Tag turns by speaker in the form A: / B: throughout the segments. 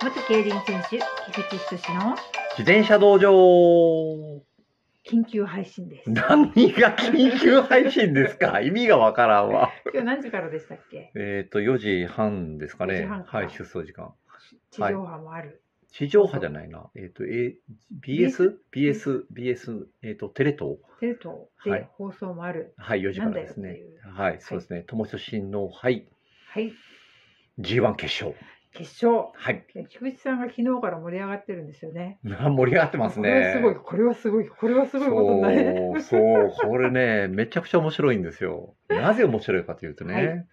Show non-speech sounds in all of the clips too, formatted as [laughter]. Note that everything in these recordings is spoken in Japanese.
A: 元競輪選手菊池仁の
B: 自転車道場
A: 緊急配信です。
B: 何が緊急配信です [laughs] か意味がわからんわ。
A: 今日何時からでしたっけ？
B: えっと、4時半ですか
A: 4
B: ね
A: 時半。か
B: はい、出走時間。
A: 地上波もある。
B: 地上波じゃないな。えっ、と、えー、BS?BS、BS、えっ、と、テレ東
A: テレ東
B: は
A: で
B: い
A: 放送もある。
B: はい、4時からです
A: なんだ
B: ね
A: よってい。
B: はい、そうですね。友書新の、はい、
A: はい。
B: G1 決勝。
A: 決勝。
B: [laughs] はい。
A: 菊池さんが昨日から盛り上がってるんですよね。
B: な盛り上がってます
A: これは
B: ね。
A: すごい。これはすごい。これはすごいことになる。
B: そう、そう、これね、めちゃくちゃ面白いんで
A: [laughs]
B: すよ。なぜ面白いかというとね、
A: はい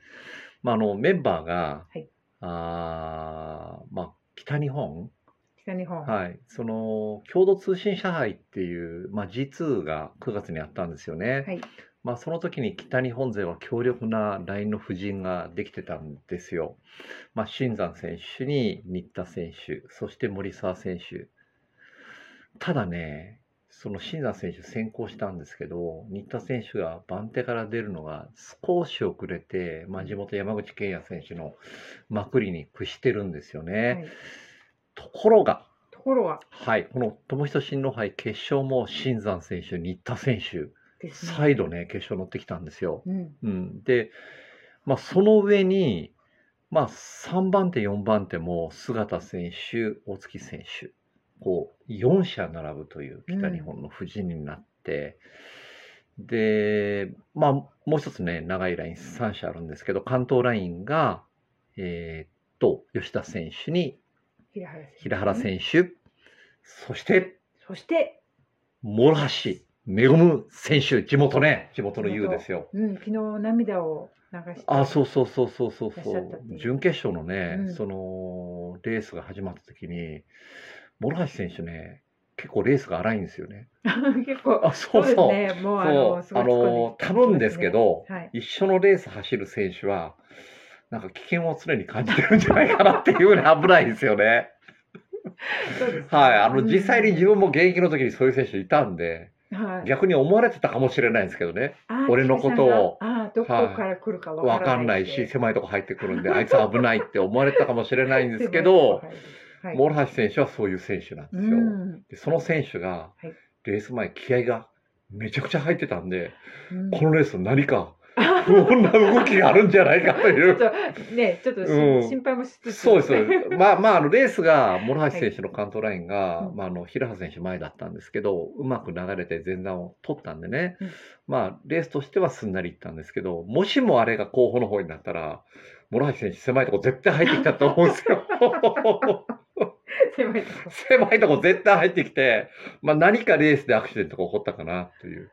B: まあ、あのメンバーが、
A: はい
B: あーまあ、北日本、
A: 北日本。
B: はい、その共同通信社杯っていう、まあ、G2 が9月にあったんですよね、
A: はい
B: まあ、その時に北日本勢は強力なラインの布陣ができてたんですよ。まあ、新山選手に新田選手そして森澤選手ただねその新山選手先行したんですけど新田選手が番手から出るのが少し遅れて、まあ、地元山口健也選手のまくりに屈してるんですよね。
A: はい
B: ところが
A: ところが
B: はい、この友人新郎杯決勝も新山選手、新田選手、
A: ですね。
B: 再度ね、決勝乗ってきたんですよ。
A: うん。
B: うん、で、まあ、その上に、まあ、3番手、4番手も姿選手、大月選手、こう4社並ぶという北日本の布陣になって、で、まあ、もう一つね、長いライン3社あるんですけど、関東ラインが、えーっと、吉田選手に
A: 平原選手
B: 平原選手、そして、
A: そして、
B: 諸橋恵む選手、地元ね、地元の優ですよ。
A: うん、昨日涙を流して。
B: あ、そうそうそうそうそう
A: いらっ
B: そ
A: しゃったっていう
B: う。準決勝のね、
A: うん
B: そのレースが始まった時に、諸橋選手ね、結構レースが荒いんですよね。
A: [laughs] 結構。
B: あ、そうそう。
A: ですね。もうあ
B: そ
A: の、
B: う
A: すご
B: あ
A: い
B: の
A: 突っ込できた
B: 頼むんですけ。ど、
A: はい。
B: 一緒のレース走る選手は、なんか危険を常に感じてるんじゃないかなっていうぐらい危ないですよね。
A: そうですね
B: はい、あの
A: うん
B: 実際に自分も現役の時にそういう選手いたんで、
A: はい
B: 逆に思われてたかもしれないんですけどね、
A: あー
B: 俺のことを
A: 菊池さんがあーどこから来るかわか
B: 分からん
A: な
B: ないい
A: し
B: し、狭いとこ入ってくるんで、あいつ危ないって思われてたかもしれないんですけど、
A: はい、
B: 諸橋選手はそういう選手なんで
A: う
B: すよ。
A: ん、
B: でその選手が
A: はい、
B: レース前、気合がめちゃくちゃ入ってたんで、
A: うん
B: このレース、何か不穏な動きがあるんじゃないかとい
A: ちょっ
B: う。
A: とねちょっとし、
B: うん
A: 心配もしつつ
B: そうですそうです。まあまあ、あのレースが、諸橋選手の関東ラインが、
A: うん
B: まあ、あの平原選手前だったんですけど、うまく流れて前段を取ったんでね、
A: うん
B: まあ、レースとしてはすんなりいったんですけど、もしもあれが候補の方になったら、諸橋選手、狭いとこ絶対入ってきたと思うんで
A: [laughs]
B: すよ。
A: 狭いとこ
B: 狭いとこ絶対入ってきて、まあ、何かレースでアクシデントが起こったかなという、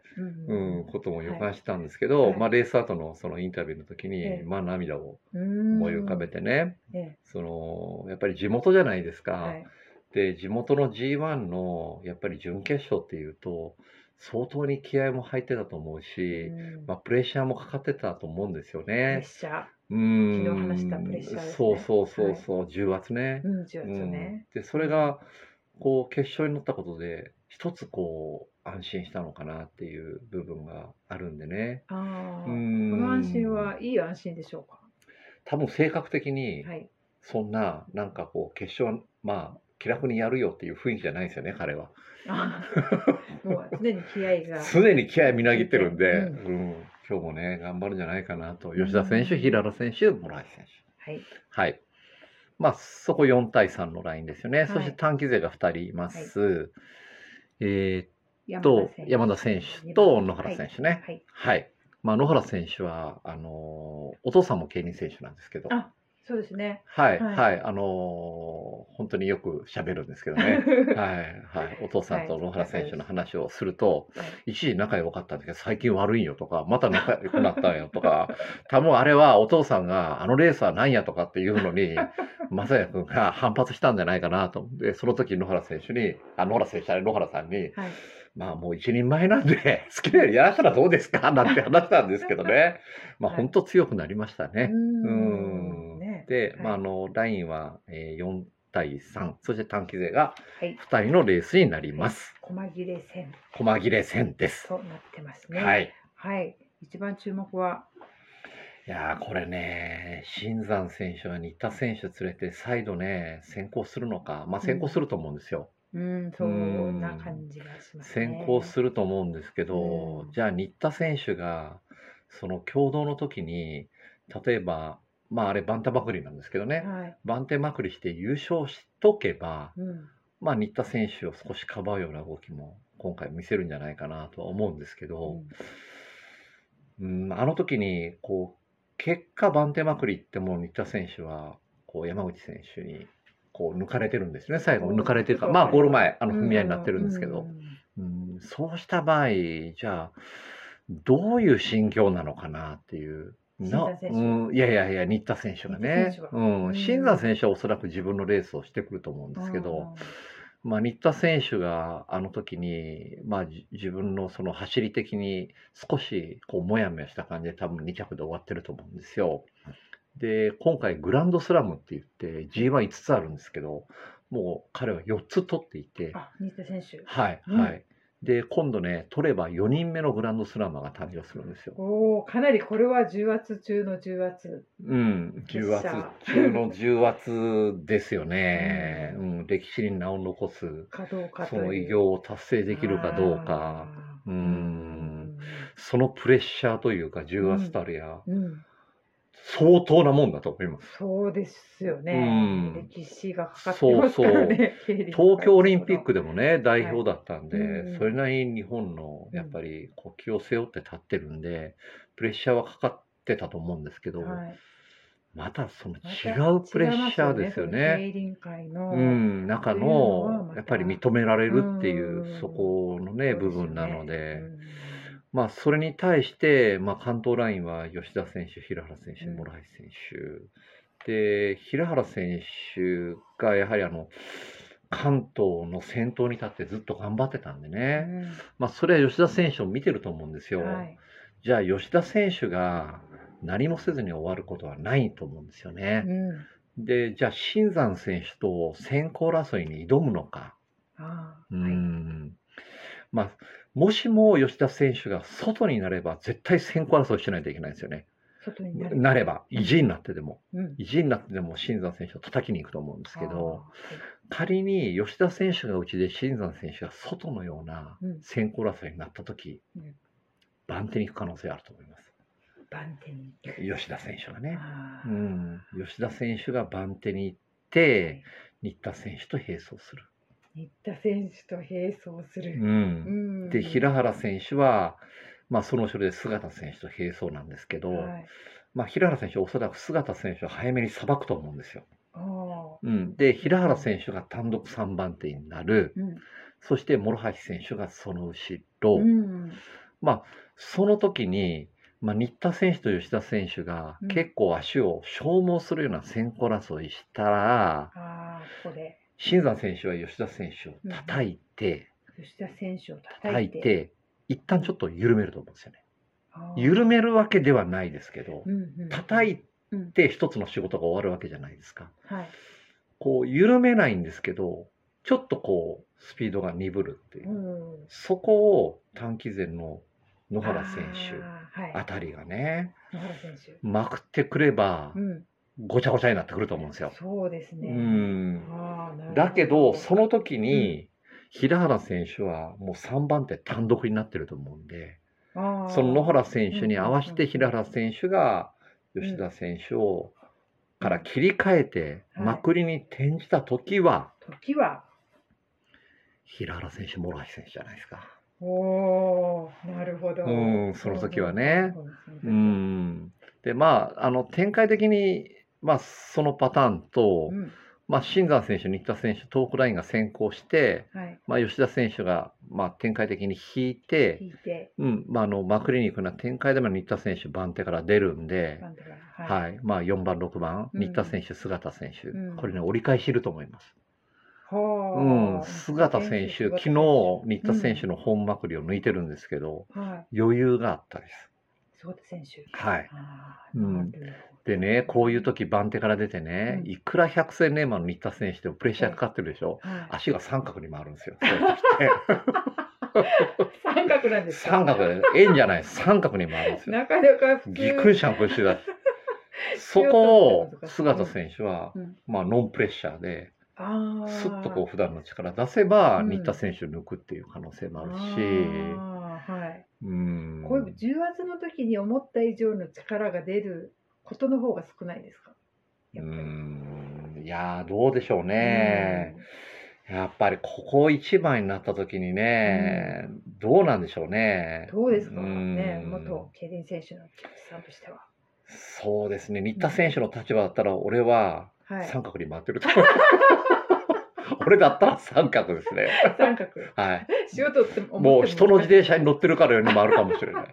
A: う
B: うん
A: ん、
B: ことも予感したんですけど、
A: はいはい
B: まあ、レース後のそのインタビューの時に、
A: ええ
B: まあ、涙を
A: うん
B: 思い浮かべてね。
A: え
B: そのやっぱり地元じゃないですか、
A: えはい
B: で地元の g 1のやっぱり準決勝っていうと相当に気合も入ってたと思うし、
A: うん
B: まあ、プレッシャーもかかってたと思うんですよ
A: プレッ
B: ね。
A: シャー、
B: うん
A: 昨日話したプレッシャーですね
B: そうそうそうそう、重圧ね。
A: うん、ちょっと
B: うん
A: ね、
B: でそれがこう決勝になったことで一つこう安心したのかなっていう部分があるんでね。
A: ああ、
B: う
A: こ
B: ん
A: の安心はいい安心でしょうか、
B: 多分性格的に、
A: はい、
B: そんな、なんかこう、決勝、まあ、気楽にやるよっていう雰囲気じゃないんですよね、彼は。
A: あー
B: [laughs]
A: もう常に気合が
B: 常に気合みなぎってるんで、
A: う
B: うん今日もね、頑張るんじゃないかなと。吉田選手、平野選手、村井選手。
A: はい
B: はい。まあ、そこ4対3のラインですよね。
A: い
B: そして短期勢が2人います。えーっ
A: 山
B: と
A: 田選、手
B: 山田選手と野原選手ね。
A: はい
B: はい。まあ、野原選手は、あのーお父さんも競輪選手なんですけど、
A: あそうですね
B: はい、
A: はい
B: はい、あのー本当によく喋るんですけど
A: [laughs]
B: ね。はいはい、お父さんと野原選手の話をすると、
A: はい
B: 一時仲良かったんだけど最近悪いんよとかまた仲良くなったんよとか [laughs] 多分あれはお父さんがあのレースはなんやとかっていうの
A: [laughs]
B: に正也君が反発したんじゃないかなと思ってその時野原選手にあ野原選手じゃない野原さんに
A: はい
B: まあもう一人前なんで好きなようにやらせたらどうですかなんて話したんですけ
A: [laughs]
B: どねまあ
A: はい
B: 本当強くなりましたね。
A: うん
B: うん
A: ね
B: で、
A: はい
B: まあ、あのラインは、えー4対3そして短期勢が
A: はい
B: 2人のレースになります。
A: 細切れ線
B: 細切れ戦です。
A: となってますね。。
B: はいい、
A: はい。一番注目は、
B: いやーこれね、新山選手は新田選手連れて再度ね、先行するのか、まあ、先行すると思うんですよ。
A: うん、そんな感じがしますね。
B: 先行すると思うんですけ
A: う
B: ど、
A: ん
B: じゃあ新田選手がその共同の時に例えばまああれバンタまくりなんですけどね、
A: はい。
B: バンテまくりして優勝しとけば、
A: うん。
B: まあ、新田選手を少しかばうような動きも今回見せるんじゃないかなとは思うんですけど、うんあの時にこう結果バンテまくりってもう新田選手はこう山口選手にこう抜かれてるんですね最後
A: うん
B: 抜かれてるかまあゴール前あ
A: あ
B: の踏み合いになってるんですけど。うん、そうした場合、じゃあ、どういう心境なのかなっていう。な
A: 新田選手
B: うん、いやいやいや、新田選手がね
A: 新田選手。
B: う、
A: がうんん
B: 新田選手はおそらく自分のレースをしてくると思うんですけど、まあ、新田選手があの時に、まあ、じ自分のその走り的に少しこうもやもやした感じで多分2着で終わってると思うんですよ。で今回グランドスラムって言って G15 つあるんですけどもう彼は4つ取っていて、
A: あ、新田選手。
B: はい、
A: うん
B: はい。で、今度ね、取れば4人目のグランドスラマーが誕生するんですよ。
A: おお、かなりこれは重圧中の重圧。
B: うん、重圧
A: よっしゃ
B: 中の重圧ですよね。うん、歴史に名を残す、
A: かどうかと
B: そ
A: いう。
B: の偉業を達成できるかどうか、
A: あ
B: う
A: ー。う
B: ー、
A: んん。
B: そのプレッシャーというか、重圧たるや、
A: うん。
B: 相当なもんだと思います。
A: そうですよね。
B: うん
A: 歴史がかかってますからね。
B: 東京オリンピック
A: で。
B: でもね、代表だったんで、
A: うんうん
B: それなりに日本のやっぱり国旗を背負って立ってるんで、プレッシャーはかかってたと思うんですけど、
A: はい
B: またその
A: ま
B: 違うプレッシャーですよ
A: 違
B: ね。
A: いますよねその競輪界
B: う
A: の。
B: ん、中
A: っていうのは
B: の
A: また
B: やっぱり認められるっていううんそこのね
A: そう
B: 部
A: ですよね
B: 分なので、
A: うん
B: まあそれに対してまあ関東ラインは吉田選手、平原選手、
A: うん
B: 諸橋選手で平原選手がやはりあの関東の先頭に立ってずっと頑張ってたんでね、まあそれは吉田選手を見てると思うんです
A: う
B: よ。
A: んはい
B: じゃあ吉田選手が何もせずに終わることはないと思うんですよね。
A: うん
B: で、じゃあ、新山選手と先行争いに挑むのか。
A: あ
B: う
A: ー
B: ー
A: はい
B: ん。まあ、もしも吉田選手が外になれば、絶対先行争いしないといけないんですよね。
A: 外になる
B: なれば、意地になってでも、
A: うん
B: 意地になってでも新山選手を叩きに行くと思うんですけど、
A: あーはい
B: 仮に吉田選手がうちで新山選手が外のような
A: うん
B: 先行争いになった時
A: うん
B: 番手に行く可能性あると思います。
A: 番手に行く
B: 吉田選手がね。
A: あ
B: う
A: ー
B: ん、吉田選手が番手に行って、新田選手と並走する。
A: 新田選手と並走す
B: う、
A: る。うんん
B: で平原選手は、まあ、その後ろで姿選手と並走なんですけど、
A: はい
B: まあ、平原選手はおそらく姿選手を早めにさばくと思うんですよ。
A: あー
B: うん、で平原選手が単独3番手になる
A: うん
B: そして諸橋選手がその後ろ、
A: うん
B: その時に、まあ、新田選手と吉田選手が
A: うん
B: 結構足を消耗するような先行争いしたら。
A: あーここで
B: 新山選手は吉田選手を叩いて、
A: 吉田選手を
B: 叩
A: 叩
B: い
A: いて
B: て、一旦ちょっと緩めると思うんですよね。
A: あー
B: 緩めるわけではないですけど
A: う、んうん
B: 叩い
A: うん
B: て一つの仕事が終わるわけじゃないですか。
A: はい
B: こう、緩めないんですけど、ちょっとこう、スピードが鈍るっていうう。
A: ん
B: そこを短期前の野原選手
A: あーは
B: あ
A: い
B: たりがね、
A: 野原選手
B: まくってくれば
A: う、ん
B: ごちゃごちゃになってくると思うんですよ。
A: そうです
B: う
A: ね
B: ん。
A: あーなるほ
B: だけど、その時に、平原選手はもう3番手単独になってると思うんで、
A: あー
B: その野原選手に合わせ
A: うんうんう
B: て
A: ん
B: 平原選手が吉田選手をから切り替えて、
A: はい
B: まくりに転じた時は、
A: 時は
B: 平原選手、諸橋選手じゃないですか。
A: おーなるほど
B: うんその時はね
A: うんう
B: う
A: ん
B: ん。で、まあ、あの、展開的に、まあ、そのパターンと、
A: うん
B: まあ、新山選手、新田選手、トークラインが先行して、
A: はい
B: まあ、吉田選手が、まあ、展開的に引いて、
A: 聞いて
B: うん、まあ、あの、まくりに行くような展開でも新田選手、番手から出るんで、
A: 番手から
B: はい、まあ、4番、6番、
A: うん
B: 新田選手、姿選手、
A: うん
B: これね、折り返しいると思います。う
A: は
B: ん、
A: あ
B: 姿選手、昨日、新田選手の本まくりを抜いてるんですけど、
A: はい
B: 余裕があったです。
A: 姿選手
B: はい。
A: あ
B: う
A: ー
B: ん
A: なるほど
B: でね、こういう時番手から出てね、
A: うん
B: いくら百戦錬磨の新田選手でもプレッシャーかかってるでしょ、
A: はい
B: 足が三角に回るん
A: [laughs]
B: ですよ。そういう時っ
A: 三角なん
B: て
A: ですか
B: 三角で、円じゃない、三角に回るんですよ。
A: なかなか普通
B: ぎっくりしゃんこしてた。そこを
A: [laughs] 強さ
B: 菅田選手は、
A: うん
B: まあ、ノンプレッシャーで
A: ああ。
B: すっとこう普段の力出せば
A: うん
B: 新田選手抜くっていう可能性もあるし、
A: あーはい。
B: うん
A: こういう重圧の時に思った以上の力が出ることの方が少ないですか。
B: う
A: やっぱり
B: んいやーどうでしょうね、やっぱりここ一番になった時にね、どうなんでしょうね
A: どうですかね、
B: うん
A: 元競輪選手の菊池さんとしては。
B: そうですね新田選手の立場だったら俺は
A: はい。
B: 三角に回ってると [laughs] 思う、俺だったら三角ですね
A: 三角。 [laughs]
B: はい
A: しようとっても
B: もう人の自転車に
A: 乗
B: 乗ってるからように回るかもしれない。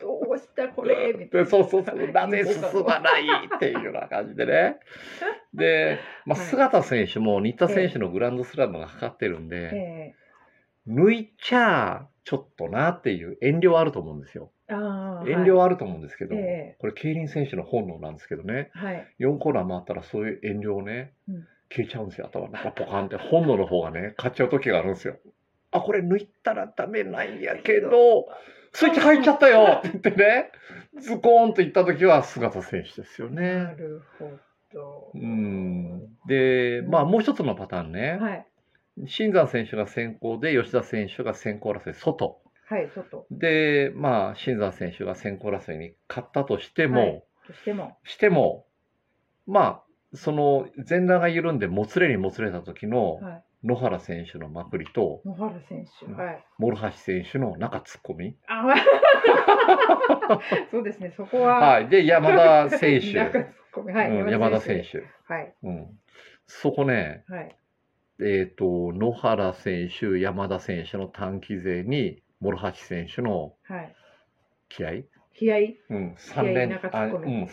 A: どうしたこれみたい
B: で
A: な。
B: [laughs] そうそうそう、なぜ進まないっていうような感じで
A: [laughs]
B: ね。で、まあ、
A: はい
B: 姿選手も新田選手のグランドスラムがかかってるんで、
A: え
B: 抜いちゃちょっとなっていう遠慮はあると思うんですよ。
A: えああ。
B: 遠慮はあると思うんですけど、
A: ええ
B: これ、競輪選手の本能なんですけどね、
A: はい。はい。
B: 4コーナー回ったらそういう遠慮をね
A: うん、
B: 消えちゃうんですよ、頭の中ポカンって、本能の方がね、勝っちゃう時があるんですよ。あ、これ抜いたらダメなんやけど、スイッチ入っちゃったよって言ってね、ズコーンといった時は姿選手ですよ
A: な
B: ね。
A: るほど。
B: うん。で、まあもう一つのパターンね、
A: はい。
B: 新山選手が先行で、吉田選手が先行争い、外。
A: はい、外
B: で、まあ、新山選手が先行争いに勝ったとしても、
A: はいとしても。
B: しても、まあ、その前段が緩んでもつれにもつれた時の
A: はい。
B: 野原選手のまくりと
A: 野原選手。
B: うん
A: はい。
B: 諸橋選手の中突っ込み、
A: あ [laughs] まあそうですね、そこは。
B: はい、で山田
A: [laughs]
B: 選手、
A: 中突っ込みはい
B: うん、山田選。手、
A: はい。
B: うん、そこね、
A: はい。
B: えー、と野原選手山田選手の短期勢に諸橋選手の
A: はい。
B: 気合、
A: 気合い。
B: うん、3連
A: 中突っ
B: あう
A: 込み
B: ん、